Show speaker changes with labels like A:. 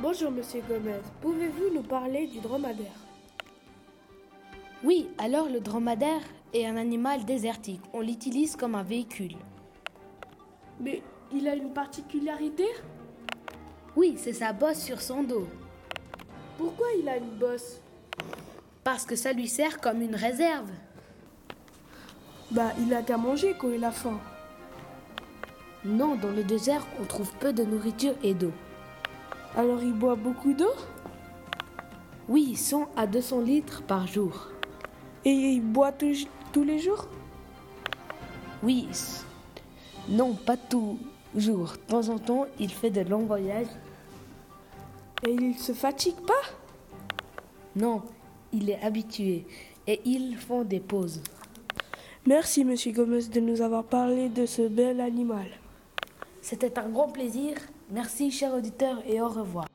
A: Bonjour, monsieur Gomez. Pouvez-vous nous parler du dromadaire
B: Oui, alors le dromadaire est un animal désertique. On l'utilise comme un véhicule.
A: Mais il a une particularité
B: Oui, c'est sa bosse sur son dos.
A: Pourquoi il a une bosse
B: Parce que ça lui sert comme une réserve.
A: Bah, il a qu'à manger quand il a faim.
B: Non, dans le désert, on trouve peu de nourriture et d'eau.
A: Alors il boit beaucoup d'eau
B: Oui, 100 à 200 litres par jour.
A: Et il boit tous- tous les jours
B: Oui, s- non, pas toujours. De temps en temps, il fait de longs voyages.
A: Et il se fatigue pas
B: Non, il est habitué et ils font des pauses.
A: Merci, monsieur Gomez, de nous avoir parlé de ce bel animal.
B: C'était un grand plaisir. Merci, chers auditeurs, et au revoir.